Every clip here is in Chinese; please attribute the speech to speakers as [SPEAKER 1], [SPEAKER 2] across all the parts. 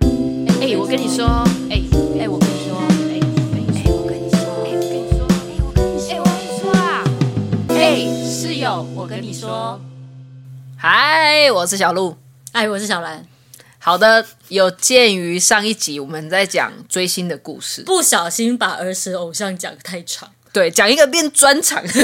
[SPEAKER 1] 哎、我跟你说，哎、哎、我跟你说，哎、哎、我跟你说，哎、我跟你说，哎、我跟你说，哎、我跟你说啊，哎、室友，我跟你说，
[SPEAKER 2] 嗨，我是小鹿。
[SPEAKER 1] 哎，我是小兰，
[SPEAKER 2] 好的，有鉴于上一集我们在讲追星的故事，
[SPEAKER 1] 不小心把儿时偶像讲得太长，
[SPEAKER 2] 对，讲一个变专场。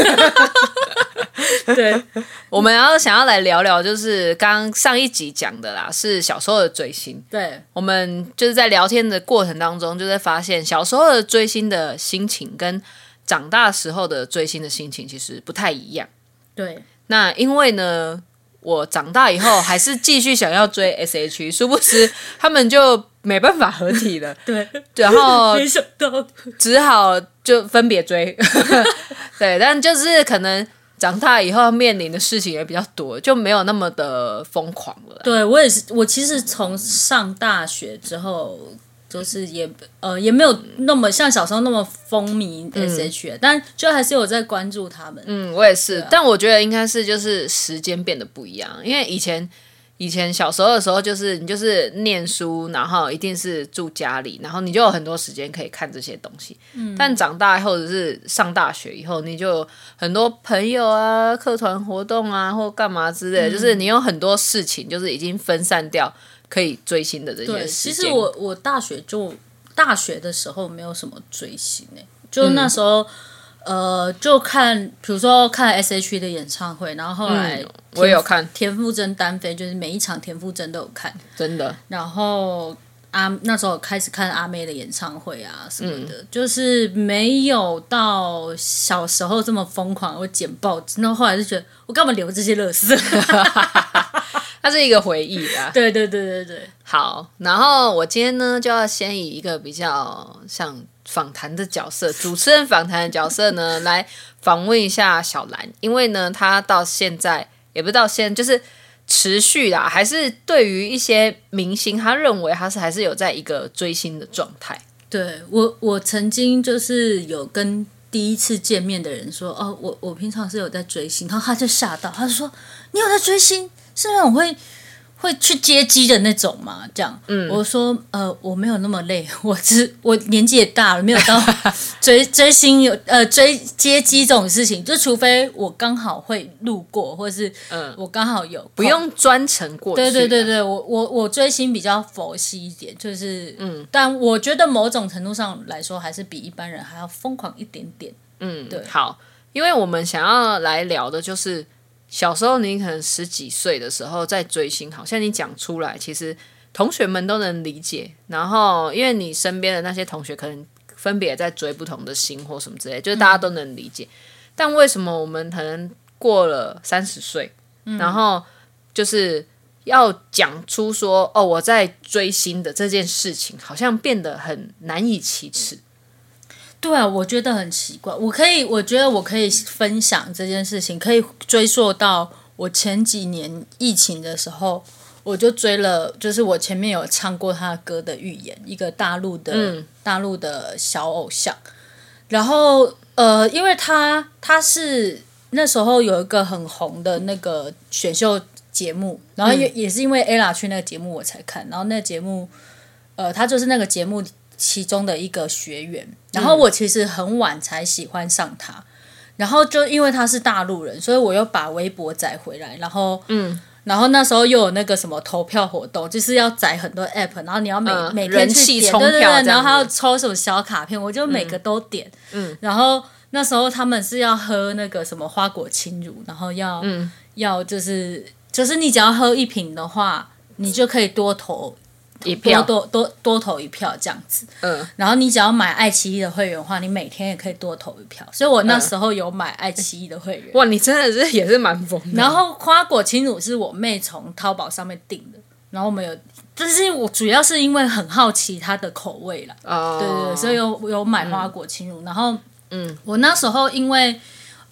[SPEAKER 1] 对，
[SPEAKER 2] 我们要想要来聊聊，就是刚刚上一集讲的啦，是小时候的追星。
[SPEAKER 1] 对，
[SPEAKER 2] 我们就是在聊天的过程当中，就在发现小时候的追星的心情跟长大时候的追星的心情其实不太一样。
[SPEAKER 1] 对，
[SPEAKER 2] 那因为呢，我长大以后还是继续想要追 S.H.E，殊不知他们就没办法合体了，
[SPEAKER 1] 对，
[SPEAKER 2] 然后
[SPEAKER 1] 没想到，
[SPEAKER 2] 只好就分别追。 对，但就是可能长大以后面临的事情也比较多，就没有那么的疯狂了啦。
[SPEAKER 1] 对我也是，我其实从上大学之后，就是也呃也没有那么像小时候那么风靡 S.H.E，、但就还是有在关注他们。
[SPEAKER 2] 嗯，我也是，
[SPEAKER 1] 啊
[SPEAKER 2] 但我觉得应该是就是时间变得不一样，因为以前。以前小时候的时候，就是你就是念书，然后一定是住家里，然后你就有很多时间可以看这些东西。嗯、但长大或者是上大学以后，你就有很多朋友啊、课团活动啊，或干嘛之类的，
[SPEAKER 1] 嗯
[SPEAKER 2] 就是你有很多事情，就是已经分散掉可以追星的这些
[SPEAKER 1] 对，
[SPEAKER 2] 时
[SPEAKER 1] 其
[SPEAKER 2] 间。
[SPEAKER 1] 实我我大学就大学的时候没有什么追星诶、就那时候、呃就看，比如说看 S.H.E 的演唱会，然后后来田、
[SPEAKER 2] 嗯我也有看
[SPEAKER 1] 田馥甄单飞，就是每一场田馥甄都有看，
[SPEAKER 2] 真的，
[SPEAKER 1] 然后阿、那时候开始看阿妹的演唱会啊什么的，就是没有到小时候这么疯狂，我捡报纸，那后来就觉得我干嘛留这些乐色？
[SPEAKER 2] 它是一个回忆啊。
[SPEAKER 1] 对对对对对，
[SPEAKER 2] 好，然后我今天呢就要先以一个比较像访谈的角色，主持人访谈的角色呢来访问一下小兰，因为呢她到现在也不是到现在，就是持续啦，还是对于一些明星，她认为她是还是有在一个追星的状态。
[SPEAKER 1] 对我，我曾经就是有跟第一次见面的人说，哦，我我平常是有在追星，然后他就吓到，他就说你有在追星，是那种会会去接机的那种吗？这样，嗯，我说呃，我没有那么累，我只我年纪也大了，没有到追 追星有呃追接机这种事情，就除非我刚好会路过，或是
[SPEAKER 2] 嗯
[SPEAKER 1] 我刚好有
[SPEAKER 2] 不
[SPEAKER 1] 空
[SPEAKER 2] 用专程过去啊、
[SPEAKER 1] 对对对对，我我我追星比较佛系一点，就是
[SPEAKER 2] 嗯
[SPEAKER 1] 嗯，但我觉得某种程度上来说，还是比一般人还要疯狂一点点。
[SPEAKER 2] 嗯，
[SPEAKER 1] 对
[SPEAKER 2] 好，因为我们想要来聊的就是小时候你可能十几岁的时候在追星，好像你讲出来，其实同学们都能理解。然后因为你身边的那些同学可能分别在追不同的星或什么之类，就是大家都能理解。但为什么我们可能过了三十岁，然后就是要讲出说哦我在追星的这件事情，好像变得很难以启齿。
[SPEAKER 1] 对啊，我觉得很奇怪。我可以，我觉得我可以分享这件事情，可以追溯到我前几年疫情的时候，我就追了，就是我前面有唱过他的歌的《预言》，一个大陆的、大陆的小偶像。然后呃，因为他他是那时候有一个很红的那个选秀节目，然后也、也是因为 ella 去那个节目我才看，然后那个节目呃，他就是那个节目其中的一个学员，然后我其实很晚才喜欢上他。然后就因为他是大陆人，所以我又把微博载回来，然后嗯，然后那时候又有那个什么投票活动，就是要载很多 app，然后你要每、
[SPEAKER 2] 嗯
[SPEAKER 1] 每天去
[SPEAKER 2] 人气
[SPEAKER 1] 点，
[SPEAKER 2] 冲
[SPEAKER 1] 对对
[SPEAKER 2] 票
[SPEAKER 1] 对，
[SPEAKER 2] 这样子
[SPEAKER 1] 然后还要抽什么小卡片，我就每个都点，嗯，然后那时候他们是要喝那个什么花果青乳，然后要、
[SPEAKER 2] 嗯
[SPEAKER 1] 要就是就是你只要喝一瓶的话，你就可以多投
[SPEAKER 2] 一票
[SPEAKER 1] 多多多多投一票这样子，
[SPEAKER 2] 嗯，
[SPEAKER 1] 然后你只要买爱奇艺的会员的话，你每天也可以多投一票。所以我那时候有买爱奇艺的会员。
[SPEAKER 2] 哇，你真的是也是蛮疯的。
[SPEAKER 1] 然后花果青乳是我妹从淘宝上面订的，然后我们有，但是我主要是因为很好奇它的口味啦，
[SPEAKER 2] 哦，
[SPEAKER 1] 对对对，所以有有买花果青乳。然后，嗯，我那时候因为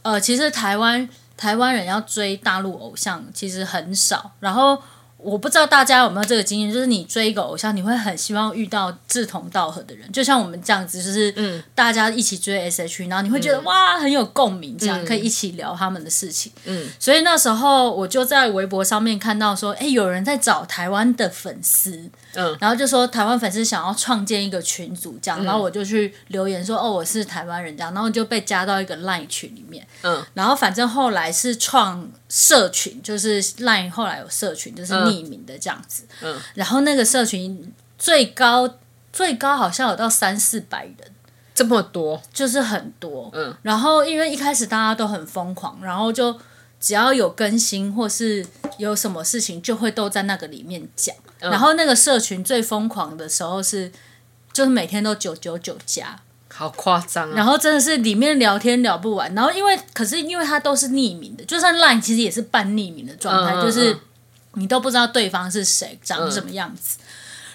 [SPEAKER 1] 呃，其实台湾台湾人要追大陆偶像其实很少，然后我不知道大家有没有这个经验，就是你追一个偶像，你会很希望遇到志同道合的人，就像我们这样子，就是大家一起追 S.H.E，然后你会觉得、哇很有共鸣，这样、可以一起聊他们的事情。嗯，所以那时候我就在微博上面看到说，哎，有人在找台湾的粉丝，
[SPEAKER 2] 嗯，
[SPEAKER 1] 然后就说台湾粉丝想要创建一个群组这样，然后我就去留言说哦我是台湾人这样，然后就被加到一个 LINE 群里面，
[SPEAKER 2] 嗯，
[SPEAKER 1] 然后反正后来是创社群，就是 LINE 后来有社群，就是匿名的这样子。
[SPEAKER 2] 嗯，
[SPEAKER 1] 然后那个社群最高最高好像有到三四百人，
[SPEAKER 2] 这么多，
[SPEAKER 1] 就是很多。
[SPEAKER 2] 嗯，
[SPEAKER 1] 然后因为一开始大家都很疯狂，然后就只要有更新或是有什么事情，就会都在那个里面讲。
[SPEAKER 2] 嗯
[SPEAKER 1] 然后那个社群最疯狂的时候是，就是每天都九九九加。
[SPEAKER 2] 好夸张啊！
[SPEAKER 1] 然后真的是里面聊天聊不完，然后因为可是因为它都是匿名的，就算 Line 其实也是半匿名的状态，
[SPEAKER 2] 嗯嗯
[SPEAKER 1] 就是
[SPEAKER 2] 嗯
[SPEAKER 1] 你都不知道对方是谁，长什么样子。
[SPEAKER 2] 嗯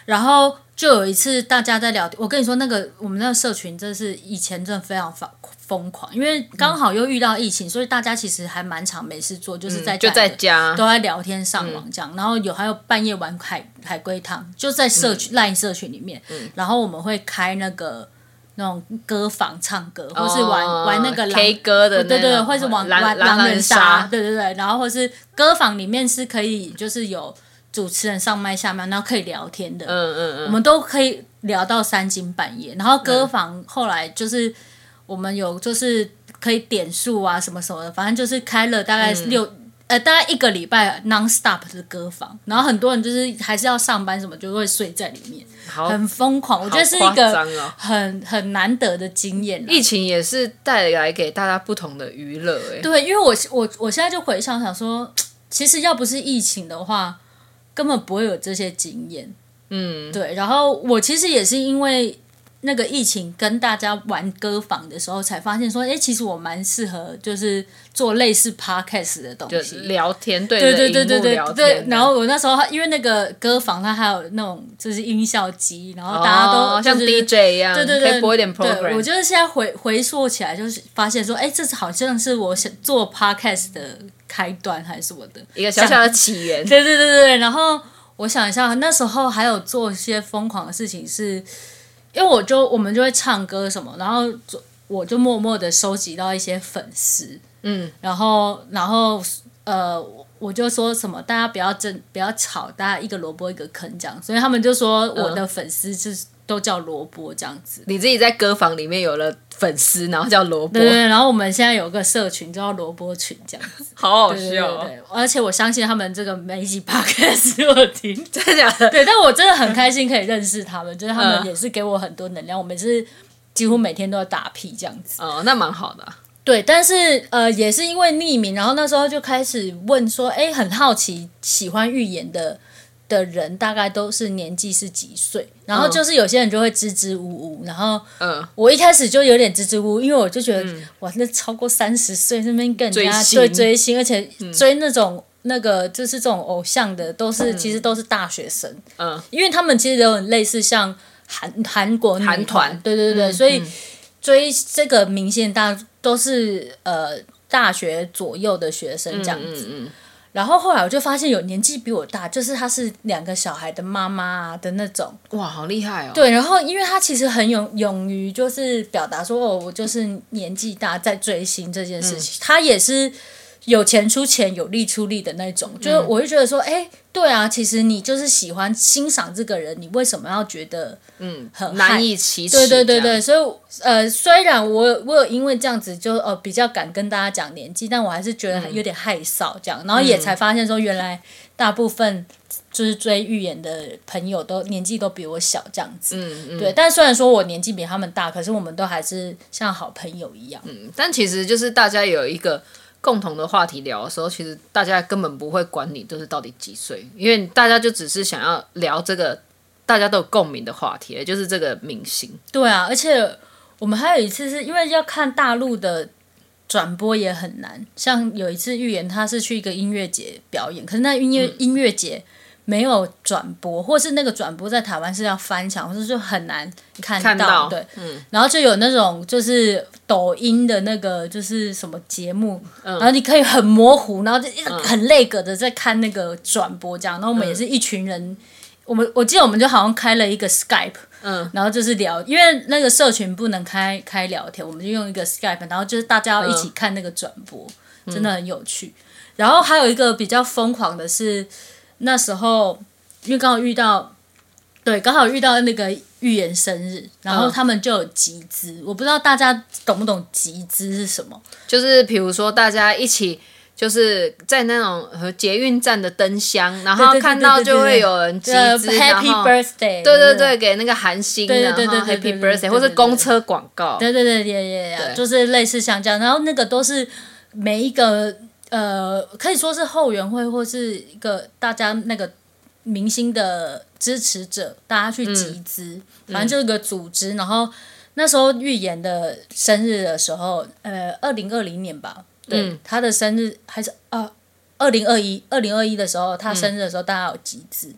[SPEAKER 1] 然后就有一次大家在聊天，我跟你说那个我们那个社群真的是以前真的非常疯疯狂，因为刚好又遇到疫情，所以大家其实还蛮常没事做，就是在
[SPEAKER 2] 嗯就
[SPEAKER 1] 家
[SPEAKER 2] 在
[SPEAKER 1] 里的
[SPEAKER 2] 家，嗯
[SPEAKER 1] 都在聊天上网这样，然后有还有半夜玩海海龟汤，就在社群
[SPEAKER 2] 嗯
[SPEAKER 1] 赖、社群里面，然后我们会开那个那种歌房唱歌，或是玩、
[SPEAKER 2] 哦
[SPEAKER 1] 玩那个狼
[SPEAKER 2] K 歌的那种，
[SPEAKER 1] 对对对，或是玩
[SPEAKER 2] 狼
[SPEAKER 1] 玩
[SPEAKER 2] 狼
[SPEAKER 1] 狼人
[SPEAKER 2] 人杀，
[SPEAKER 1] 对对对，然后或是歌房里面是可以就是有主持人上麦下麦，然后可以聊天的，
[SPEAKER 2] 嗯嗯
[SPEAKER 1] 我
[SPEAKER 2] 嗯，
[SPEAKER 1] 们都可以聊到三更半夜。然后歌房后来就是我们有就是可以点数啊什么什么的，反正就是开了大概
[SPEAKER 2] 嗯
[SPEAKER 1] 六、呃大概一个礼拜 non stop 的歌房，然后很多人就是还是要上班什么就会睡在里面，
[SPEAKER 2] 好，
[SPEAKER 1] 很疯狂。我觉得是一
[SPEAKER 2] 好夸张
[SPEAKER 1] 个嗯
[SPEAKER 2] 哦
[SPEAKER 1] 很很难得的经验啊啦。
[SPEAKER 2] 疫情也是带来给大家不同的娱乐，哎，
[SPEAKER 1] 对，因为我我我现在就回想想说，其实要不是疫情的话，根本不会有这些经验。
[SPEAKER 2] 嗯，
[SPEAKER 1] 对，然后我其实也是因为那个疫情跟大家玩歌房的时候，才发现说，哎，其实我蛮适合就是做类似 podcast 的东
[SPEAKER 2] 就
[SPEAKER 1] 西。
[SPEAKER 2] 聊天，对
[SPEAKER 1] 对
[SPEAKER 2] 着
[SPEAKER 1] 对对
[SPEAKER 2] 荧
[SPEAKER 1] 对
[SPEAKER 2] 幕
[SPEAKER 1] 对
[SPEAKER 2] 聊天
[SPEAKER 1] 对
[SPEAKER 2] 啊，，
[SPEAKER 1] 然后我那时候因为那个歌房它还有那种就是音效机，然后大家都、
[SPEAKER 2] 哦像
[SPEAKER 1] 就是
[SPEAKER 2] DJ 一样，
[SPEAKER 1] 对对
[SPEAKER 2] 可
[SPEAKER 1] 对，
[SPEAKER 2] 以播一点 program，
[SPEAKER 1] 对我就是现在回回溯起来，就是发现说，哎，这是好像是我想做 podcast 的开端还是什么的。
[SPEAKER 2] 一个小小的起源，
[SPEAKER 1] 对对对对对，然后我想一下，那时候还有做一些疯狂的事情是，因为我就我们就会唱歌什么，然后就我就默默的收集到一些粉丝，
[SPEAKER 2] 嗯，
[SPEAKER 1] 然后然后呃，我我就说什么大家不要争，不要吵，大家一个萝卜一个坑这样，所以他们就说我
[SPEAKER 2] 嗯
[SPEAKER 1] 的粉丝就是都叫萝卜这样子。
[SPEAKER 2] 你自己在歌房里面有了粉丝，然后叫萝卜
[SPEAKER 1] 对，对对，然后我们现在有个社群叫萝卜群这样子，
[SPEAKER 2] 好好
[SPEAKER 1] 对
[SPEAKER 2] 笑
[SPEAKER 1] 对对
[SPEAKER 2] 哦，
[SPEAKER 1] 对，而且我相信他们这个每一集 podcast 都有听，
[SPEAKER 2] 真的假的？
[SPEAKER 1] 对，但我真的很开心可以认识他们，就是他们
[SPEAKER 2] 嗯
[SPEAKER 1] 也是给我很多能量，我们是几乎每天都要打屁这样子。
[SPEAKER 2] 哦，那蛮好的啊，
[SPEAKER 1] 对，但是呃，也是因为匿名，然后那时候就开始问说，哎，很好奇喜欢预言的的人大概都是年纪是几岁，然后
[SPEAKER 2] 嗯
[SPEAKER 1] 就是有些人就会支支吾吾，然后
[SPEAKER 2] 嗯，
[SPEAKER 1] 我一开始就有点支支吾，吾，因为我就觉得、哇，那超过三十岁那边跟人
[SPEAKER 2] 追
[SPEAKER 1] 家
[SPEAKER 2] 星嗯
[SPEAKER 1] 对追星，而且追那种、那个就是这种偶像的，都是、其实都是大学生，
[SPEAKER 2] 嗯，
[SPEAKER 1] 因为他们其实有很类似像韩韩国女
[SPEAKER 2] 韩团嗯
[SPEAKER 1] 对对对，所以追这个明星大都是呃大学左右的学生这样子，
[SPEAKER 2] 嗯嗯
[SPEAKER 1] 然后后来我就发现有年纪比我大，就是她是两个小孩的妈妈啊的那种。
[SPEAKER 2] 嗯，哇，好厉害哦，
[SPEAKER 1] 对，然后因为他其实很勇勇于就是表达说，哦，我就是年纪大在追星这
[SPEAKER 2] 嗯
[SPEAKER 1] 件事情，他也是有钱出钱，有力出力的那种。就是
[SPEAKER 2] 嗯
[SPEAKER 1] 我就觉得说，哎、对啊，其实你就是喜欢欣赏这个人，你为什么要觉得
[SPEAKER 2] 嗯，
[SPEAKER 1] 很害
[SPEAKER 2] 难以启齿，
[SPEAKER 1] 对对对
[SPEAKER 2] 这样
[SPEAKER 1] 对，，所以呃，虽然我有我有因为这样子就呃比较敢跟大家讲年纪，但我还是觉得
[SPEAKER 2] 嗯
[SPEAKER 1] 有点害臊这样，然后也才发现说原来大部分就是追预言的朋友都年纪都比我小这样子，
[SPEAKER 2] 嗯嗯，
[SPEAKER 1] 对。但虽然说我年纪比他们大，可是我们都还是像好朋友一样，
[SPEAKER 2] 但其实就是大家有一个共同的话题聊的时候，其实大家根本不会管你就是到底几岁，因为大家就只是想要聊这个大家都有共鸣的话题，也就是这个明星。
[SPEAKER 1] 对啊。而且我们还有一次是因为要看大陆的。转播也
[SPEAKER 2] 嗯
[SPEAKER 1] 很难，像有一次预言他是去一个音乐节表演，可是那音乐、音乐节没有转播，或是那个转播在台湾是要翻墙，或是就很难看
[SPEAKER 2] 看到嗯
[SPEAKER 1] 对，然后就有那种就是抖音的那个就是什么节目，然后你可以很模糊，然后就一直很累格的在看那个转播这样。然后我们也是一群人，我们我记得我们就好像开了一个 Skype，
[SPEAKER 2] 嗯，
[SPEAKER 1] 然后就是聊，因为那个社群不能开开聊天，我们就用一个 Skype，然后就是大家要一起看那个转播，真的很有趣。然后还有一个比较疯狂的是，那时候因为刚好遇到，对，刚好遇到那个预言生日，然后
[SPEAKER 2] 嗯
[SPEAKER 1] 他们就有集资，我不知道大家懂不懂集资是什么。
[SPEAKER 2] 就是比如说大家一起。就是在那种和捷运站的灯箱，然后
[SPEAKER 1] 对对对
[SPEAKER 2] 看到
[SPEAKER 1] 对对
[SPEAKER 2] 就会
[SPEAKER 1] 对
[SPEAKER 2] 有人集
[SPEAKER 1] 呃
[SPEAKER 2] 资，然
[SPEAKER 1] ，Happy
[SPEAKER 2] 后
[SPEAKER 1] Birthday！
[SPEAKER 2] 对对对，给那个韩星，
[SPEAKER 1] 对对
[SPEAKER 2] 然后
[SPEAKER 1] 对对对对
[SPEAKER 2] Happy
[SPEAKER 1] 对对
[SPEAKER 2] Birthday，或是
[SPEAKER 1] 对对
[SPEAKER 2] 公车广告，
[SPEAKER 1] 对对对，也也也，就是类似像这样，然后那个都是每一个呃，可以说是后援会或是一个大家那个明星的支持者，大家去集资，反正就是个组织。然后那时候预言的生日的时候，呃，二零二零年吧，对，
[SPEAKER 2] 嗯
[SPEAKER 1] 他的生日还是啊，二零二一，二零二一的时候，他生日的时候，大家有集资。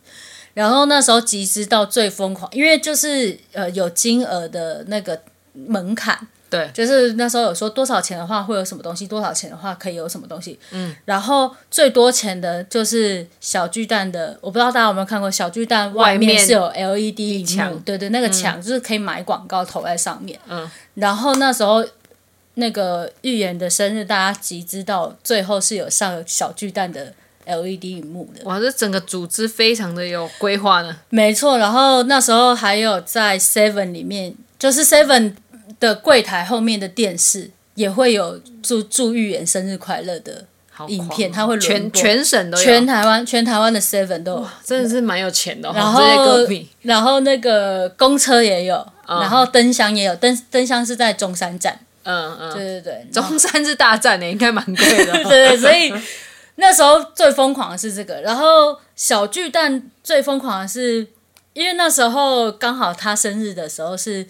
[SPEAKER 1] 然后那时候集资到最疯狂，因为就是呃有金额的那个门槛，
[SPEAKER 2] 对
[SPEAKER 1] 就是那时候有说多少钱的话会有什么东西，多少钱的话可以有什么东西。嗯，然后最多钱的就是小巨蛋的，我不知道大家有没有看过，小巨蛋外
[SPEAKER 2] 外面
[SPEAKER 1] 面是有 LED 荧幕
[SPEAKER 2] 墙
[SPEAKER 1] 对对，那个墙就是可以买广告投在上面。嗯，然后那时候那个预言的生日，大家集资到最后是有上小巨蛋的 LED 荧幕的。
[SPEAKER 2] 哇，这整个组织非常的有规划呢。
[SPEAKER 1] 没错，然后那时候还有在 Seven 里面，就是 Seven 的柜台后面的电视也会有祝祝预言生日快乐的
[SPEAKER 2] 好狂哦
[SPEAKER 1] 影片，它会轮
[SPEAKER 2] 全
[SPEAKER 1] 播
[SPEAKER 2] 全省都有，
[SPEAKER 1] 全台湾全台湾的 Seven 都有，
[SPEAKER 2] 真的是蛮有钱的、哦，
[SPEAKER 1] 然
[SPEAKER 2] 这些
[SPEAKER 1] 后
[SPEAKER 2] 歌迷
[SPEAKER 1] 然后那个公车也有，
[SPEAKER 2] 哦
[SPEAKER 1] 然后灯箱也有，灯灯箱是在中山站，
[SPEAKER 2] 嗯嗯，
[SPEAKER 1] 对对对，然后
[SPEAKER 2] 中山是大战欸呢，应该蛮贵的、哦。
[SPEAKER 1] 对对，所以那时候最疯狂的是这个，然后小巨蛋最疯狂的是，因为那时候刚好他生日的时候是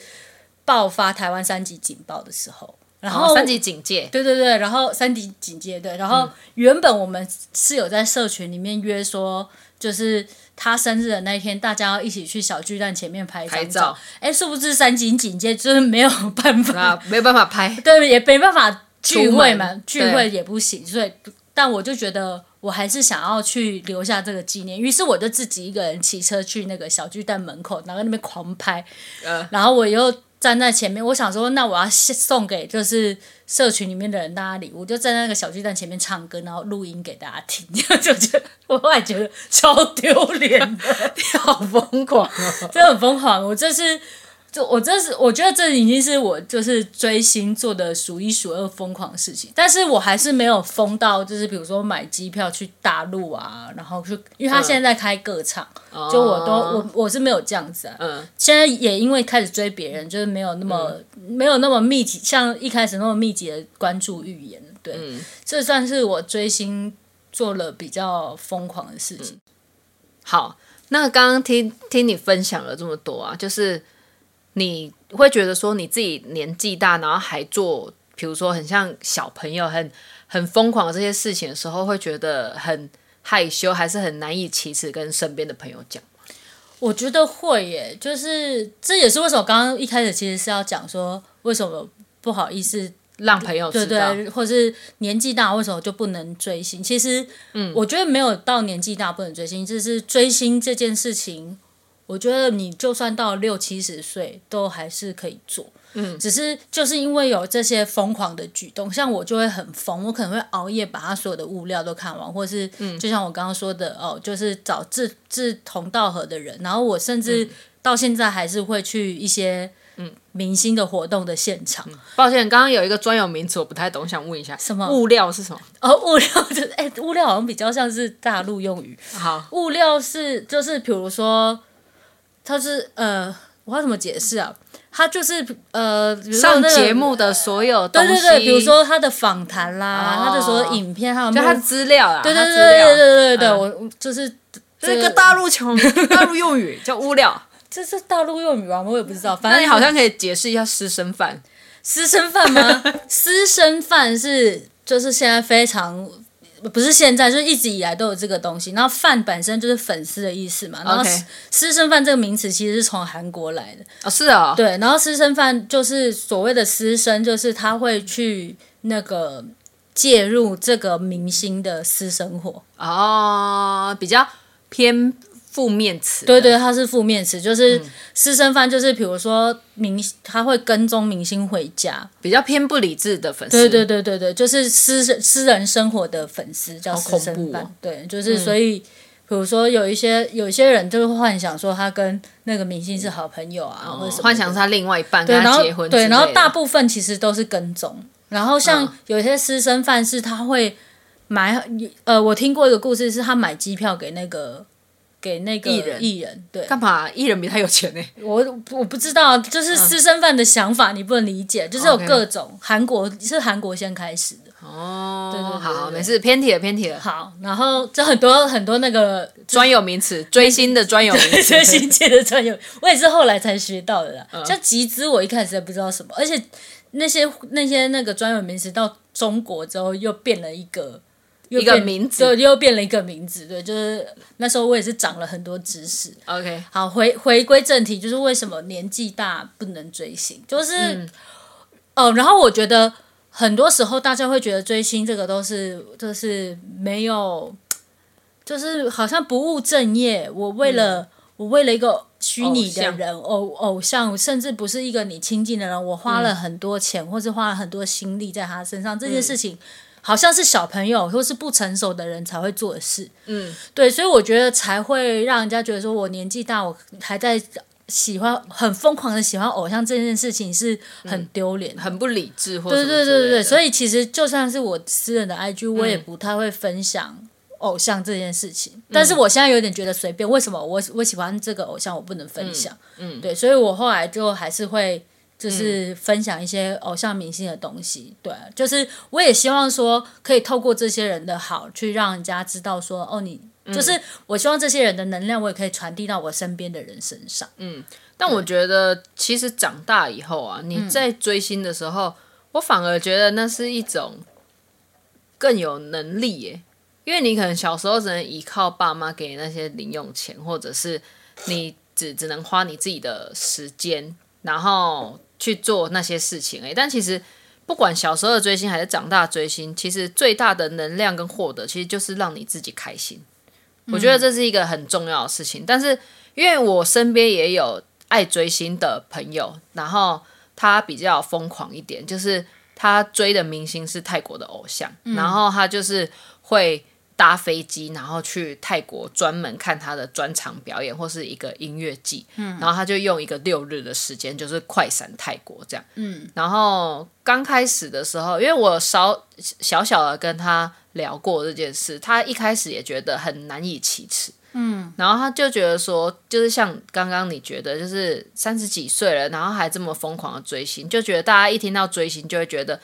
[SPEAKER 1] 爆发台湾三级警报的时候，然
[SPEAKER 2] 然后
[SPEAKER 1] 后
[SPEAKER 2] 哦三级嗯警戒，
[SPEAKER 1] 对对对，然后三级警戒对，然后原本我们是有在社群里面约说，就是他生日的那一天，大家要一起去小巨蛋前面拍一
[SPEAKER 2] 拍
[SPEAKER 1] 张
[SPEAKER 2] 照
[SPEAKER 1] 照。哎，殊不知三级警戒就是没有办法，
[SPEAKER 2] 啊，没有办法拍，
[SPEAKER 1] 对，也没办法聚会
[SPEAKER 2] 出
[SPEAKER 1] 嘛
[SPEAKER 2] 门，
[SPEAKER 1] 聚会也不行，所以但我就觉得我还是想要去留下这个纪念，于是我就自己一个人骑车去那个小巨蛋门口，然后那边狂拍，
[SPEAKER 2] 呃
[SPEAKER 1] 然后我又站在前面，我想说那我要送给就是社群里面的人大家礼物，就站在那个小巨蛋前面唱歌，然后录音给大家听， 就觉得我后来觉得超丢脸的。
[SPEAKER 2] 好疯狂哦！
[SPEAKER 1] 真的很疯狂。我这是，就我这是，我觉得这已经是我就是追星做的数一数二疯狂的事情。但是我还是没有疯到，就是比如说买机票去大陆啊，然后去，因为他现在在开各场，就我都我我是没有这样子啊。
[SPEAKER 2] 嗯
[SPEAKER 1] 现在也因为开始追别人，就是没有那么、没有那么密集，像一开始那么密集的关注预言。对，这算是我追星做了比较疯狂的事情。
[SPEAKER 2] 好，那刚刚听听你分享了这么多啊，就是你会觉得说你自己年纪大，然后还做，比如说很像小朋友很很疯狂的这些事情的时候，会觉得很害羞，还是很难以启齿跟身边的朋友讲。
[SPEAKER 1] 我觉得会耶，就是这也是为什么刚刚一开始其实是要讲说为什么不好意思，
[SPEAKER 2] 让朋友
[SPEAKER 1] 对
[SPEAKER 2] 知道，
[SPEAKER 1] 对，或是年纪大为什么就不能追星？其实，嗯，我觉得没有到年纪大不能追星，就是追星这件事情，我觉得你就算到六七十岁都还是可以做。嗯，只是就是因为有这些疯狂的举动，像我就会很疯，我可能会熬夜把他所有的物料都看完，或是，就像我刚刚说的，哦，就是找志志同道合的人，然后我甚至到现在还是会去一些明星的活动的现场，
[SPEAKER 2] 抱歉，刚刚有一个专有名词我不太懂，想问一下，
[SPEAKER 1] 什么
[SPEAKER 2] 物料是什么？
[SPEAKER 1] 哦，物料就是哎、物料好像比较像是大陆用语。
[SPEAKER 2] 好，
[SPEAKER 1] 物料是就是比如说，它是呃，我要怎么解释啊？它就是呃，比如说
[SPEAKER 2] 上
[SPEAKER 1] 那个
[SPEAKER 2] 节目的所有东
[SPEAKER 1] 对
[SPEAKER 2] 西，
[SPEAKER 1] 对对，比如说他的访谈啦，
[SPEAKER 2] 哦
[SPEAKER 1] 他的所有影片，还有
[SPEAKER 2] 就
[SPEAKER 1] 幕
[SPEAKER 2] 他资料啦，
[SPEAKER 1] 对
[SPEAKER 2] 他
[SPEAKER 1] 对对
[SPEAKER 2] 资
[SPEAKER 1] 对对
[SPEAKER 2] 料
[SPEAKER 1] 对对对，
[SPEAKER 2] 嗯
[SPEAKER 1] 我就是
[SPEAKER 2] 这个大陆穷大陆用语叫物料，
[SPEAKER 1] 这是大陆用语啊，我也不知道，反
[SPEAKER 2] 那
[SPEAKER 1] 正
[SPEAKER 2] 你好像可以解释一下私生饭
[SPEAKER 1] 私生饭吗？私生饭是就是现在非常不是现在，就是一直以来都有这个东西。然后饭本身就是粉丝的意思嘛，然后
[SPEAKER 2] OK
[SPEAKER 1] 私生饭这个名词其实是从韩国来的，
[SPEAKER 2] 哦，是哦，
[SPEAKER 1] 对，然后私生饭就是所谓的私生，就是他会去那个介入这个明星的私生活。
[SPEAKER 2] 哦，比较偏负面词，
[SPEAKER 1] 对，对，它是负面词，就是私生饭，就是比如说明，他会跟踪明星回家。
[SPEAKER 2] 比较偏不理智的粉丝，
[SPEAKER 1] 对对对对对，就是私私人生活的粉丝叫
[SPEAKER 2] 好
[SPEAKER 1] 私
[SPEAKER 2] 恐
[SPEAKER 1] 生
[SPEAKER 2] 怖
[SPEAKER 1] 饭。
[SPEAKER 2] 哦
[SPEAKER 1] 对，就是所以，比如说有一些有一些人就会幻想说他跟那个明星是好朋友啊，
[SPEAKER 2] 哦
[SPEAKER 1] 或者什么
[SPEAKER 2] 幻
[SPEAKER 1] 的
[SPEAKER 2] 想是他另外一半
[SPEAKER 1] 对，
[SPEAKER 2] 跟
[SPEAKER 1] 然
[SPEAKER 2] 他
[SPEAKER 1] 后
[SPEAKER 2] 结婚之类
[SPEAKER 1] 对，
[SPEAKER 2] 的，
[SPEAKER 1] 然后大部分其实都是跟踪，然后像
[SPEAKER 2] 嗯
[SPEAKER 1] 有些私生饭是他会买，呃，我听过一个故事是他买机票给那个给那个
[SPEAKER 2] 艺人
[SPEAKER 1] 艺人，对
[SPEAKER 2] 干嘛？艺人比他有钱呢？
[SPEAKER 1] 我我不知道，就是私生饭的想法你不能理解，就是有
[SPEAKER 2] 哦 OK
[SPEAKER 1] 各种韩国是韩国先开始的，
[SPEAKER 2] 哦，
[SPEAKER 1] 对对对
[SPEAKER 2] 好好，
[SPEAKER 1] 对
[SPEAKER 2] 没事，偏题了，偏题了。
[SPEAKER 1] 好，然后这很多很多那个
[SPEAKER 2] 专有名词，追星的专有名词，
[SPEAKER 1] 追星界的专有，我也是后来才学到的啦。
[SPEAKER 2] 嗯
[SPEAKER 1] 像集资，我一开始也不知道什么，而且那些那些那个专有名词到中国之后又变了一个。又
[SPEAKER 2] 一个
[SPEAKER 1] 变
[SPEAKER 2] 名字
[SPEAKER 1] 对，又变了一个名字，对，就是那时候我也是长了很多知识。
[SPEAKER 2] OK，
[SPEAKER 1] 好，回回归正题，就是为什么年纪大不能追星，就是，哦，然后我觉得很多时候大家会觉得追星这个都是就是没有，就是好像不务正业，我为了、我为了一个虚
[SPEAKER 2] 偶
[SPEAKER 1] 拟的
[SPEAKER 2] 像
[SPEAKER 1] 人偶偶像，甚至不是一个你亲近的人，我花了很多钱、或是花了很多心力在他身上，这件事情。好像是小朋友或是不成熟的人才会做的事，
[SPEAKER 2] 嗯，
[SPEAKER 1] 对，所以我觉得才会让人家觉得说我年纪大，我还在喜欢很疯狂的喜欢偶像这件事情是很丢脸的、
[SPEAKER 2] 很不理智，或
[SPEAKER 1] 对对对对对，所
[SPEAKER 2] 以
[SPEAKER 1] 以其实就算是我私人的
[SPEAKER 2] 嗯
[SPEAKER 1] IG，我也不太会分享偶像这件事情。
[SPEAKER 2] 嗯
[SPEAKER 1] 但是我现在有点觉得随便，为什么我我喜欢这个偶像，我不能分享？
[SPEAKER 2] 嗯
[SPEAKER 1] 对，所以我后来就还是会就是分享一些偶像明星的东西。对，啊就是我也希望说可以透过这些人的好，去让人家知道说哦，你
[SPEAKER 2] 嗯
[SPEAKER 1] 就是我希望这些人的能量，我也可以传递到我身边的人身上。
[SPEAKER 2] 嗯但我觉得其实长大以后啊，你在追星的时候，我反而觉得那是一种更有能力耶，因为你可能小时候只能依靠爸妈给那些零用钱，或者是你只只能花你自己的时间，然后去做那些事情哎，但其实。不管小时候的追星还是长大的追星，其实最大的能量跟获得，其实就是让你自己开心。我觉得这是一个很重要的事情。但是因为我身边也有爱追星的朋友，然后他比较疯狂一点，就是他追的明星是泰国的偶像，然后他就是会搭飞机，然后去泰国专门看他的专场表演或是一个音乐季，然后他就用一个六日的时间，就是快闪泰国这样，嗯，然后刚开始的时候，因为我稍小小的跟他聊过这件事，他一开始也觉得很难以启齿，然后他就觉得说，就是像刚刚你觉得，就是三十几岁了，然后还这么疯狂的追星，就觉得大家一听到追星就会觉得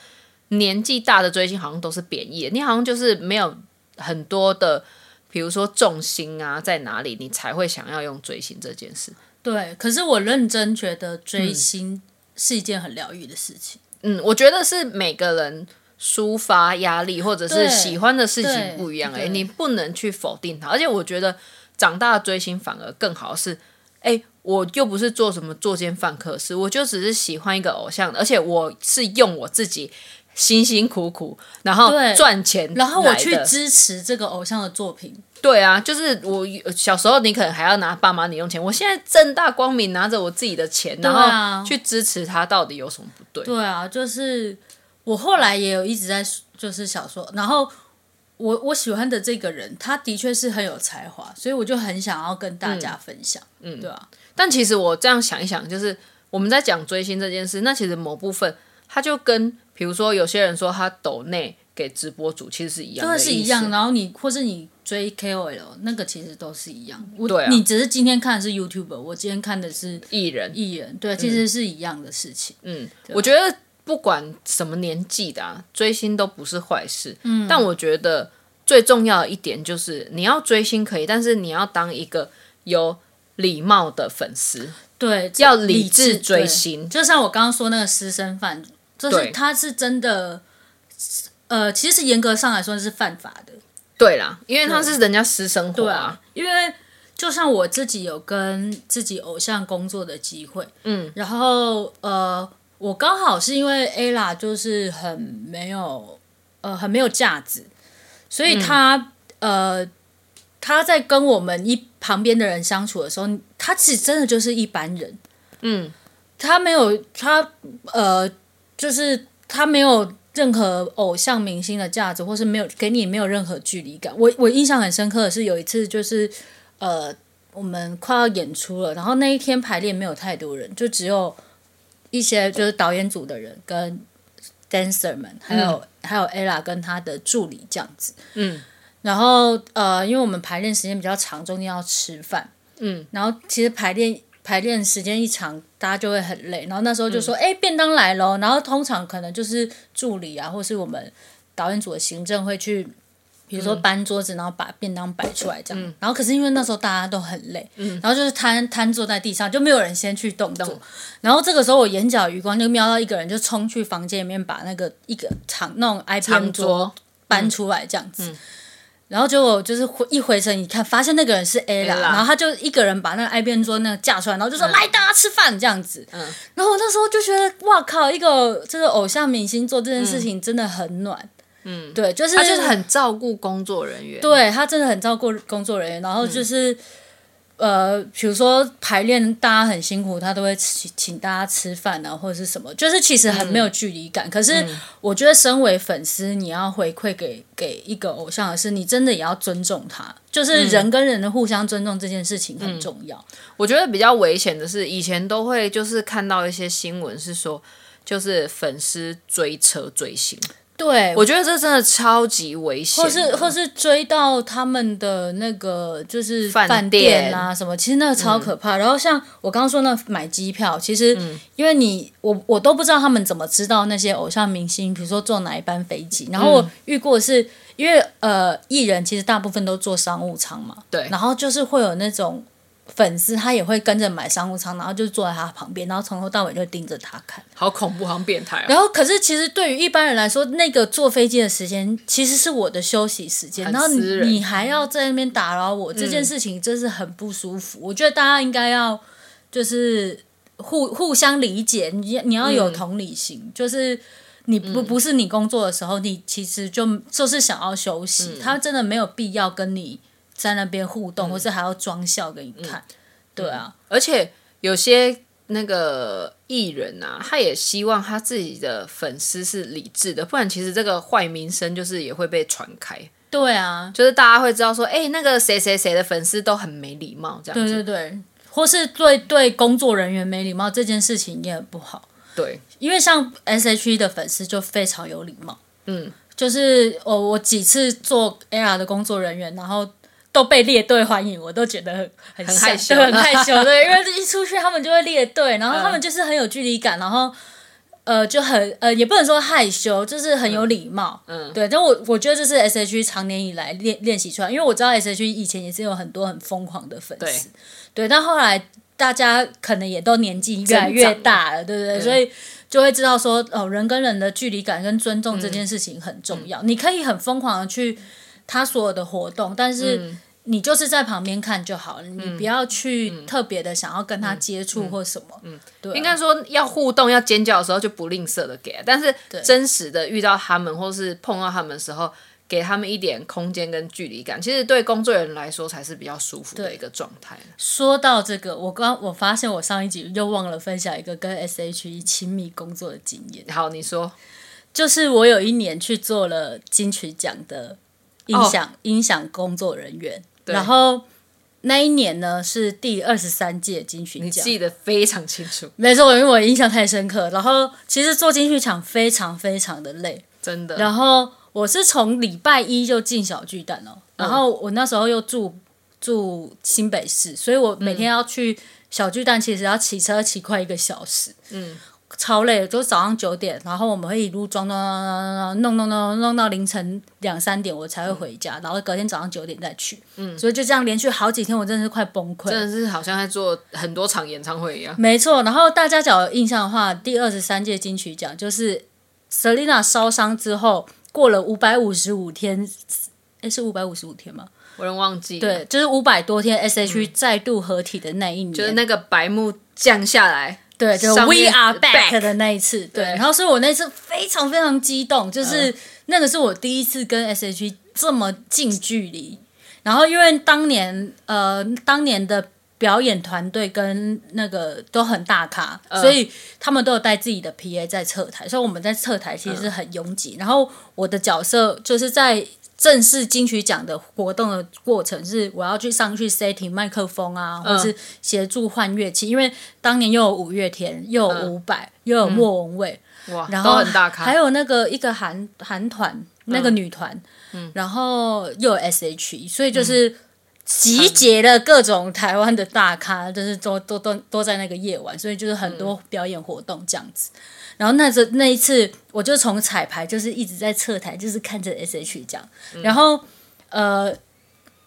[SPEAKER 2] 年纪大的追星好像都是贬义的，你好像就是没有很多的，比如说重心啊在哪里，你才会想要用追星这件事。
[SPEAKER 1] 对，可是我认真觉得追星是一件很疗愈的事情。
[SPEAKER 2] 嗯，我觉得是每个人抒发压力或者是
[SPEAKER 1] 对
[SPEAKER 2] 喜欢的事
[SPEAKER 1] 对
[SPEAKER 2] 情不一样、哎，
[SPEAKER 1] 对
[SPEAKER 2] 你不能去否定它。而且我觉得长大追星反而更好是，哎、我又不是做什么作奸犯科事，我就只是喜欢一个偶像，而且我是用我自己辛辛苦苦，然后
[SPEAKER 1] 对
[SPEAKER 2] 赚钱来的，
[SPEAKER 1] 然后我去支持这个偶像的作品，
[SPEAKER 2] 对啊，就是我小时候你可能还要拿爸妈零用钱，我现在正大光明拿着我自己的钱，然
[SPEAKER 1] 啊
[SPEAKER 2] 后去支持他，到底有什么不对？
[SPEAKER 1] 对啊，就是我后来也有一直在就是想说，然后我我喜欢的这个人，他的确是很有才华，所以我就很想要跟大家分享，嗯，对啊，
[SPEAKER 2] 但其实我这样想一想，就是我们在讲追星这件事，那其实某部分它就跟，比如说有些人说他抖内给直播主，其实是一样的
[SPEAKER 1] 真的
[SPEAKER 2] 意思，
[SPEAKER 1] 是一样。然后你或是你追 KOL 那个其实都是一样，我
[SPEAKER 2] 对啊
[SPEAKER 1] 你只是今天看的是 YouTuber，我今天看的是
[SPEAKER 2] 艺人，
[SPEAKER 1] 艺人，对，啊其实是一样的事情，
[SPEAKER 2] 嗯，我觉得不管什么年纪的、啊，追星都不是坏事。嗯，但我觉得最重要的一点就是，你要追星可以，但是你要当一个有礼貌的粉丝。
[SPEAKER 1] 对，
[SPEAKER 2] 要
[SPEAKER 1] 理
[SPEAKER 2] 理智追
[SPEAKER 1] 对
[SPEAKER 2] 星
[SPEAKER 1] 就像我刚刚说那个私生饭，就
[SPEAKER 2] 对
[SPEAKER 1] 是他是真的，呃，其实严格上来说是犯法的，
[SPEAKER 2] 对啦，因为他是人家私生活
[SPEAKER 1] 对
[SPEAKER 2] 啊
[SPEAKER 1] 啊，，因为就像我自己有跟自己偶像工作的机会，嗯，然后呃，我刚好是因为 ella 就是很没有呃很没有价值，所
[SPEAKER 2] 嗯
[SPEAKER 1] 以他、呃他在跟我们一旁边的人相处的时候，他其实真的就是一般人，
[SPEAKER 2] 嗯，
[SPEAKER 1] 他没有他呃就是他没有。任何偶像明星的价值，或是没有给你没有任何距离感。我我印象很深刻的是有一次，就是呃，我们快要演出了，然后那一天排练没有太多人，就只有一些就是导演组的人跟 dancer 们，还有、还有 ella 跟她的助理这样子。
[SPEAKER 2] 嗯。
[SPEAKER 1] 然后呃，因为我们排练时间比较长，中间要吃饭。嗯。然后其实排练。排练时间一长，大家就会很累。然后那时候就说：“哎、便当来喽！”然后通常可能就是助理啊，或是我们导演组的行政会去比如说搬桌子，然后把便当摆出来这样。然后可是因为那时候大家都很累，然后就是瘫瘫坐在地上，就没有人先去动动。然后这个时候我眼角余光就瞄到一个人，就冲去房间里面把那个一个长那种 IPM
[SPEAKER 2] 长
[SPEAKER 1] 桌
[SPEAKER 2] 桌嗯
[SPEAKER 1] 搬出来这样子。然后结果就是回一回神一看，发现那个人是 A 啦，
[SPEAKER 2] Ella
[SPEAKER 1] 然后他就一个人把那个 I 边桌那个架出来，然后就说、来大家吃饭这样子。
[SPEAKER 2] 嗯
[SPEAKER 1] 然后我那时候就觉得哇靠，一个这个偶像明星做这件事情真的很暖。嗯，对，就是
[SPEAKER 2] 他就是很照顾工作人员，
[SPEAKER 1] 对他真的很照顾工作人员，然后就是、呃，比如说排练大家很辛苦，他都会请请大家吃饭啊，或者是什么，就是其实很没有距离感。可是我觉得，身为粉丝，你要回馈给给一个偶像的是，你真的也要尊重他，就是人跟人的互相尊重这件事情很重要。
[SPEAKER 2] 我觉得比较危险的是，以前都会就是看到一些新闻是说，就是粉丝追车追星，
[SPEAKER 1] 对，
[SPEAKER 2] 我觉得这真的超级危险
[SPEAKER 1] 或
[SPEAKER 2] 的，
[SPEAKER 1] 是或是追到他们的那个就是
[SPEAKER 2] 饭
[SPEAKER 1] 饭
[SPEAKER 2] 店嗯
[SPEAKER 1] 店啊什么，其实那个超可怕。然后像我刚刚说那买机票，其实因为你我我都不知道他们怎么知道那些偶像明星，比如说坐哪一班飞机。然后
[SPEAKER 2] 嗯
[SPEAKER 1] 我遇过是因为呃艺人其实大部分都坐商务舱嘛，
[SPEAKER 2] 对
[SPEAKER 1] 然后就是会有那种。粉丝他也会跟着买商务舱，然后就坐在他旁边，然后从头到尾就盯着他看。
[SPEAKER 2] 好恐怖，好像变态啊。
[SPEAKER 1] 然后，可是其实对于一般人来说，那个坐飞机的时间其实是我的休息时间，
[SPEAKER 2] 很
[SPEAKER 1] 然后你
[SPEAKER 2] 私人
[SPEAKER 1] 你还要在那边打扰我，这件事情真是很不舒服。我觉得大家应该要就是互互相理解，你你要有同理心，
[SPEAKER 2] 嗯
[SPEAKER 1] 就是。你不不是你工作的时候，你其实就就是想要休息，
[SPEAKER 2] 嗯
[SPEAKER 1] 他真的没有必要跟你在那边互动，或是还要装笑给你看，
[SPEAKER 2] 嗯
[SPEAKER 1] 对啊，
[SPEAKER 2] 而且有些那个艺人啊，他也希望他自己的粉丝是理智的，不然其实这个坏名声就是也会被传开，
[SPEAKER 1] 对啊，
[SPEAKER 2] 就是大家会知道说，哎、那个谁谁谁的粉丝都很没礼貌这样
[SPEAKER 1] 对
[SPEAKER 2] 子。
[SPEAKER 1] 对对，或是对对工作人员没礼貌这件事情也很不好，
[SPEAKER 2] 对
[SPEAKER 1] 因为像 S H E 的粉丝就非常有礼貌，
[SPEAKER 2] 嗯，
[SPEAKER 1] 就是我我几次做 A R 的工作人员，然后。都被列队欢迎，我都觉得很很
[SPEAKER 2] 很
[SPEAKER 1] 吓
[SPEAKER 2] 害羞
[SPEAKER 1] 对很害 羞，对，因为一出去他们就会列队，然后
[SPEAKER 2] 嗯
[SPEAKER 1] 他们就是很有距离感，然后呃就很呃也不能说害羞，就是很有礼貌，
[SPEAKER 2] 嗯嗯
[SPEAKER 1] 对。但我我觉得这是 S H E 常年以来练练习出来，因为我知道 S H E 以前也是有很多很疯狂的粉丝，对，但后来大家可能也都年纪越来越大了，对不对？所以就会知道说，哦，人跟人的距离感跟尊重这件事情很重要。你可以很疯狂的去他所有的活动，但是你就是在旁边看就好了，你不要去特别的想要跟他接触或什么。嗯嗯，对啊、
[SPEAKER 2] 应该说要互动、要尖叫的时候就不吝啬的给，啊但是真实的遇到他们或是碰到他们的时候，给他们一点空间跟距离感，其实对工作人员来说才是比较舒服的一个状态。
[SPEAKER 1] 说到这个，我刚我发现我上一集又忘了分享一个跟 S H E 亲密工作的经验，
[SPEAKER 2] 好，你说
[SPEAKER 1] 就是我有一年去做了金曲奖的音响、
[SPEAKER 2] 哦
[SPEAKER 1] 音响工作人员，然后那一年呢是第二十三届金曲
[SPEAKER 2] 你
[SPEAKER 1] 奖，
[SPEAKER 2] 记得非常清 楚，
[SPEAKER 1] 没错，因为我印象太深刻。然后其实做金曲奖非常非常的累，
[SPEAKER 2] 真的。
[SPEAKER 1] 然后我是从礼拜一就进小巨蛋哦，然后我那时候又住住新北市，所以我每天要去小巨蛋，其实要骑车骑快一个小时，嗯，超累的，就早上九点，然后我们会一路装装装装装弄弄弄弄到凌晨两三点，我才会回家，然后隔天早上九点再去，嗯，所以就这样连续好几天，我真的是快崩溃了，
[SPEAKER 2] 真的是好像在做很多场演唱会一样，
[SPEAKER 1] 没错，然后大家只要有印象的话，第二十三届金曲奖就是 Selina 烧伤之后，过了五百五十五天诶是五百五十五天吗？
[SPEAKER 2] 我有点忘记了，
[SPEAKER 1] 对，就是五百多天 SHE 再度合体的那一年，
[SPEAKER 2] 嗯就是那个白幕降下来，
[SPEAKER 1] 对，就是
[SPEAKER 2] 上
[SPEAKER 1] We
[SPEAKER 2] 面
[SPEAKER 1] Are Back
[SPEAKER 2] back
[SPEAKER 1] 的那一次，
[SPEAKER 2] 对
[SPEAKER 1] 对。然后，所以我那次非常非常激动，就是、那个是我第一次跟 S.H.E 这么近距离。然后，因为当年呃，当年的表演团队跟那个都很大咖，所以他们都有带自己的 P.A. 在侧台，所以我们在侧台其实是很拥挤。然后我的角色就是在。正式金曲奖的活动的过程是，我要去上去 setting 麦克风啊，或是协助换乐器，因为当年又有五月天，又有伍佰，又有莫文蔚，
[SPEAKER 2] 哇，
[SPEAKER 1] 然
[SPEAKER 2] 嗯哦都
[SPEAKER 1] 后
[SPEAKER 2] 很大咖，嗯
[SPEAKER 1] 还有那个一个韩韩团，那个女团，然后又有 S.H.E，所以
[SPEAKER 2] 嗯
[SPEAKER 1] 就是集结了各种台湾的大咖，就是都都都都在那个夜晚，所以就是很多表演活动这样子。然后那这那一次，我就从彩排就是一直在侧台，就是看着 S.H.E 这样，
[SPEAKER 2] 嗯
[SPEAKER 1] 然后呃，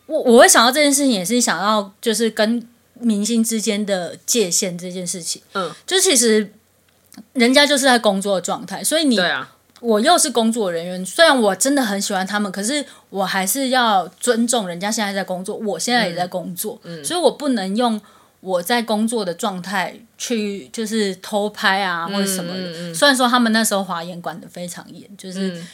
[SPEAKER 1] 我我会想到这件事情，也是想要就是跟明星之间的界限这件事情。
[SPEAKER 2] 嗯，
[SPEAKER 1] 就其实人家就是在工作的状态，所以你
[SPEAKER 2] 对啊，
[SPEAKER 1] 我又是工作人员，虽然我真的很喜欢他们，可是我还是要尊重人家现在在工作，我现在也在工作，
[SPEAKER 2] 嗯
[SPEAKER 1] 所以我不能用我在工作的状态去就是偷拍啊或者什么的。
[SPEAKER 2] 嗯
[SPEAKER 1] 虽然说他们那时候华研管的非常严，就是。
[SPEAKER 2] 嗯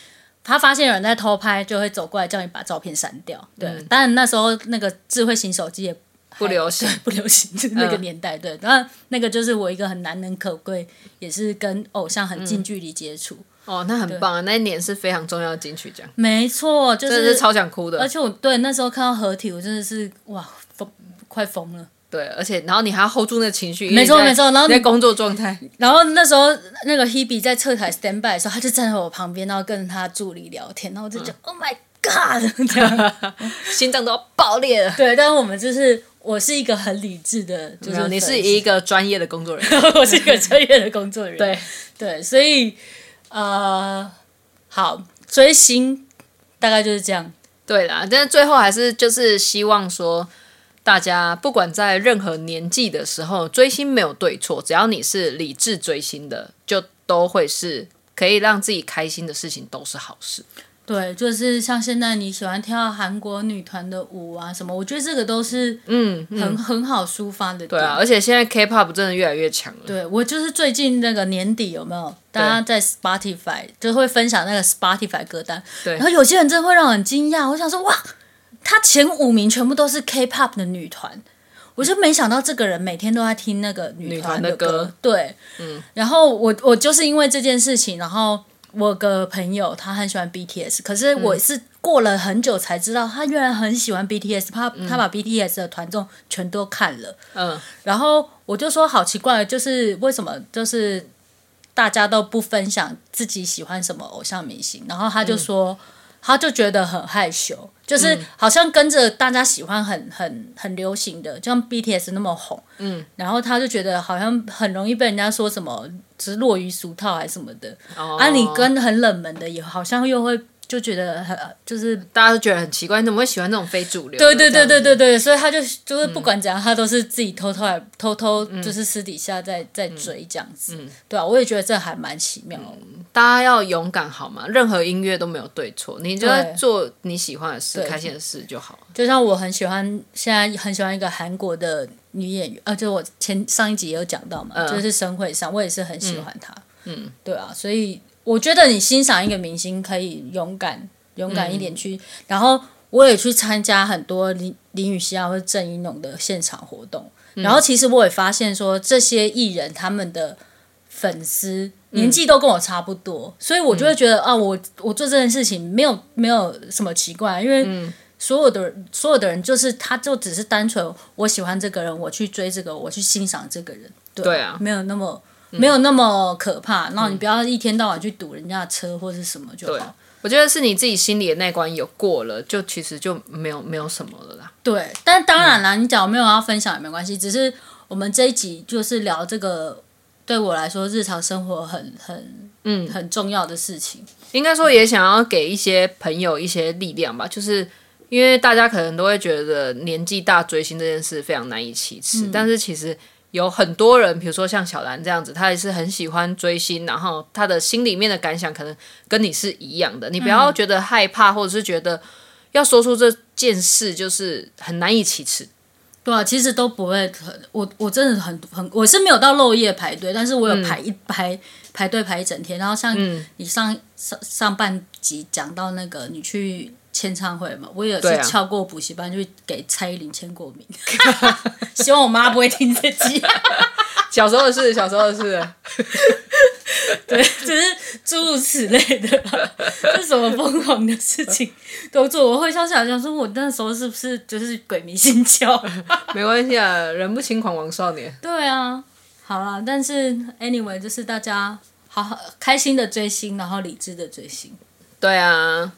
[SPEAKER 1] 他发现有人在偷拍，就会走过来叫你把照片删掉。
[SPEAKER 2] 嗯
[SPEAKER 1] 对，当然那时候那个智慧型手机也
[SPEAKER 2] 不流行，
[SPEAKER 1] 不流行，就是
[SPEAKER 2] 嗯
[SPEAKER 1] 那个年代。对，然后那个就是我一个很难能可贵，也是跟偶像很
[SPEAKER 2] 嗯
[SPEAKER 1] 近距离接触。
[SPEAKER 2] 哦，那很棒啊，那一年是非常重要的金曲奖，
[SPEAKER 1] 没错，就
[SPEAKER 2] 真的
[SPEAKER 1] 是
[SPEAKER 2] 是超想哭
[SPEAKER 1] 而
[SPEAKER 2] 的，
[SPEAKER 1] 且我对那时候看到合体，我真的是哇疯，快疯了。
[SPEAKER 2] 对，而且然后你还要 hold 住那情绪，
[SPEAKER 1] 没错
[SPEAKER 2] 因为你在
[SPEAKER 1] 没错然后
[SPEAKER 2] 你在工作状态，
[SPEAKER 1] 然后那时候那个 Hebe 在侧台 stand by 的时候，他就站在我旁边，然后跟他助理聊天，然后我就觉得、Oh
[SPEAKER 2] 嗯
[SPEAKER 1] my God，这样
[SPEAKER 2] 心脏都要爆裂 了。
[SPEAKER 1] 对。但是我们就是我是一个很理智的，就
[SPEAKER 2] 没有
[SPEAKER 1] 是
[SPEAKER 2] 你是
[SPEAKER 1] 粉丝
[SPEAKER 2] 一个专业的工作人员，
[SPEAKER 1] 我是一个专业的工作人员。
[SPEAKER 2] 对
[SPEAKER 1] 对，所以呃，好追星大概就是这样。
[SPEAKER 2] 对啦，但是最后还是就是希望说，大家不管在任何年纪的时候，追星没有对错，只要你是理智追星的，就都会是可以让自己开心的事情，都是好事。
[SPEAKER 1] 对，就是像现在你喜欢跳韩国女团的舞啊什么，我觉得这个都是嗯很很好抒发的点。
[SPEAKER 2] 对啊，而且现在 K-pop 真的越来越强了。
[SPEAKER 1] 对我就是最近那个年底有没有，大家在 Spotify 就会分享那个 Spotify 歌单，
[SPEAKER 2] 对
[SPEAKER 1] 然后有些人真的会让我很惊讶，我想说哇，他前五名全部都是 K-pop 的女团，我就没想到这个人每天都在听那个
[SPEAKER 2] 女
[SPEAKER 1] 女团
[SPEAKER 2] 团的
[SPEAKER 1] 歌，
[SPEAKER 2] 歌
[SPEAKER 1] 对，嗯，然后我我就是因为这件事情，然后我有个朋友他很喜欢 BTS，可是
[SPEAKER 2] 嗯
[SPEAKER 1] 我是。过了很久才知道，他原来很喜欢 BTS，他他把 BTS 的团综全都看了，
[SPEAKER 2] 嗯，
[SPEAKER 1] 然后我就说好奇怪，就是为什么就是大家都不分享自己喜欢什么偶像明星？然后他就说，他就觉得很害羞，就是好像跟着大家喜欢很很很流行的，就像 BTS 那么红，嗯，然后他就觉得好像很容易被人家说什么只是落于俗套还是什么的，
[SPEAKER 2] 哦
[SPEAKER 1] 啊，你跟很冷门的也好像又会就觉得很就是
[SPEAKER 2] 大家都觉得很奇怪，你怎么会喜欢那种非主流？
[SPEAKER 1] 对对对对
[SPEAKER 2] 这样子，嗯
[SPEAKER 1] 对对，所以他就就是不管怎样，他都是自己偷偷来偷偷就是私底下在在追这样子，
[SPEAKER 2] 嗯
[SPEAKER 1] 对啊，我也觉得这还蛮奇妙的，
[SPEAKER 2] 大家要勇敢好吗？任何音乐都没有对错，你就在
[SPEAKER 1] 对
[SPEAKER 2] 做你喜欢的事、
[SPEAKER 1] 对
[SPEAKER 2] 开心的事就好了。
[SPEAKER 1] 就像我很喜欢现在很喜欢一个韩国的女演员，呃，就是我前上一集也有讲到嘛，
[SPEAKER 2] 嗯
[SPEAKER 1] 就是申惠上，我也是很喜欢她，嗯，对啊，所以我觉得你欣赏一个明星可以勇敢勇敢一点去，然后我也去参加很多林林雨熙啊或者郑怡农的现场活动，然后其实我也发现说这些艺人他们的粉丝年纪都跟我差不多，所以我就会觉得、啊，我我做这件事情没有没有什么奇怪，因为所有的人所有的人就是他就只是单纯我喜欢这个人，我去追这个，我去欣赏这个人，对
[SPEAKER 2] 对啊
[SPEAKER 1] 没有那么。没有那么可怕，然后你不要一天到晚去堵人家的车或是什么就
[SPEAKER 2] 对
[SPEAKER 1] 好。，
[SPEAKER 2] 我觉得是你自己心里的那关有过了，就其实就没有没有什么了啦。
[SPEAKER 1] 对，但当然啦，你讲我没有要分享也没关系，只是我们这一集就是聊这个对我来说日常生活很很嗯很重要的事情。
[SPEAKER 2] 应该说也想要给一些朋友一些力量吧，就是因为大家可能都会觉得年纪大追星这件事非常难以启齿，但是其实有很多人，比如说像小兰这样子，她也是很喜欢追星，然后嗯她的心里面的感想可能跟你是一样的，你不要觉得害怕，或者是觉得。要说出这件事，就是很难以启齿。
[SPEAKER 1] 对啊，其实都不会很，我我真的很很，我是没有到漏夜排队，但是
[SPEAKER 2] 嗯
[SPEAKER 1] 我有排一排、排队排一整天。然后像你上、上上半集讲到那个你去签唱会嘛，我也
[SPEAKER 2] 对
[SPEAKER 1] 是
[SPEAKER 2] 啊
[SPEAKER 1] 翘过补习班去给蔡依林签过名， 希望我妈不会听这集。啊
[SPEAKER 2] 小时候的事，小时候的事，
[SPEAKER 1] 对，就是诸如此类的啦，是什么疯狂的事情都做。我会想想想说，我那时候是不是就是鬼迷心窍？
[SPEAKER 2] 没关系啊，人不轻狂枉少年。
[SPEAKER 1] 对啊，好啦，但是 anyway，就是大家好好开心的追星，然后理智的追星。
[SPEAKER 2] 对啊，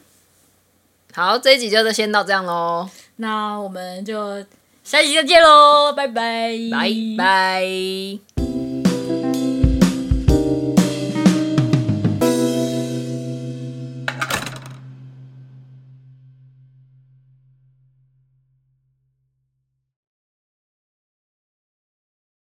[SPEAKER 2] 好，这一集就先到这样喽，
[SPEAKER 1] 那我们就下期再见喽，拜拜，
[SPEAKER 2] 拜拜。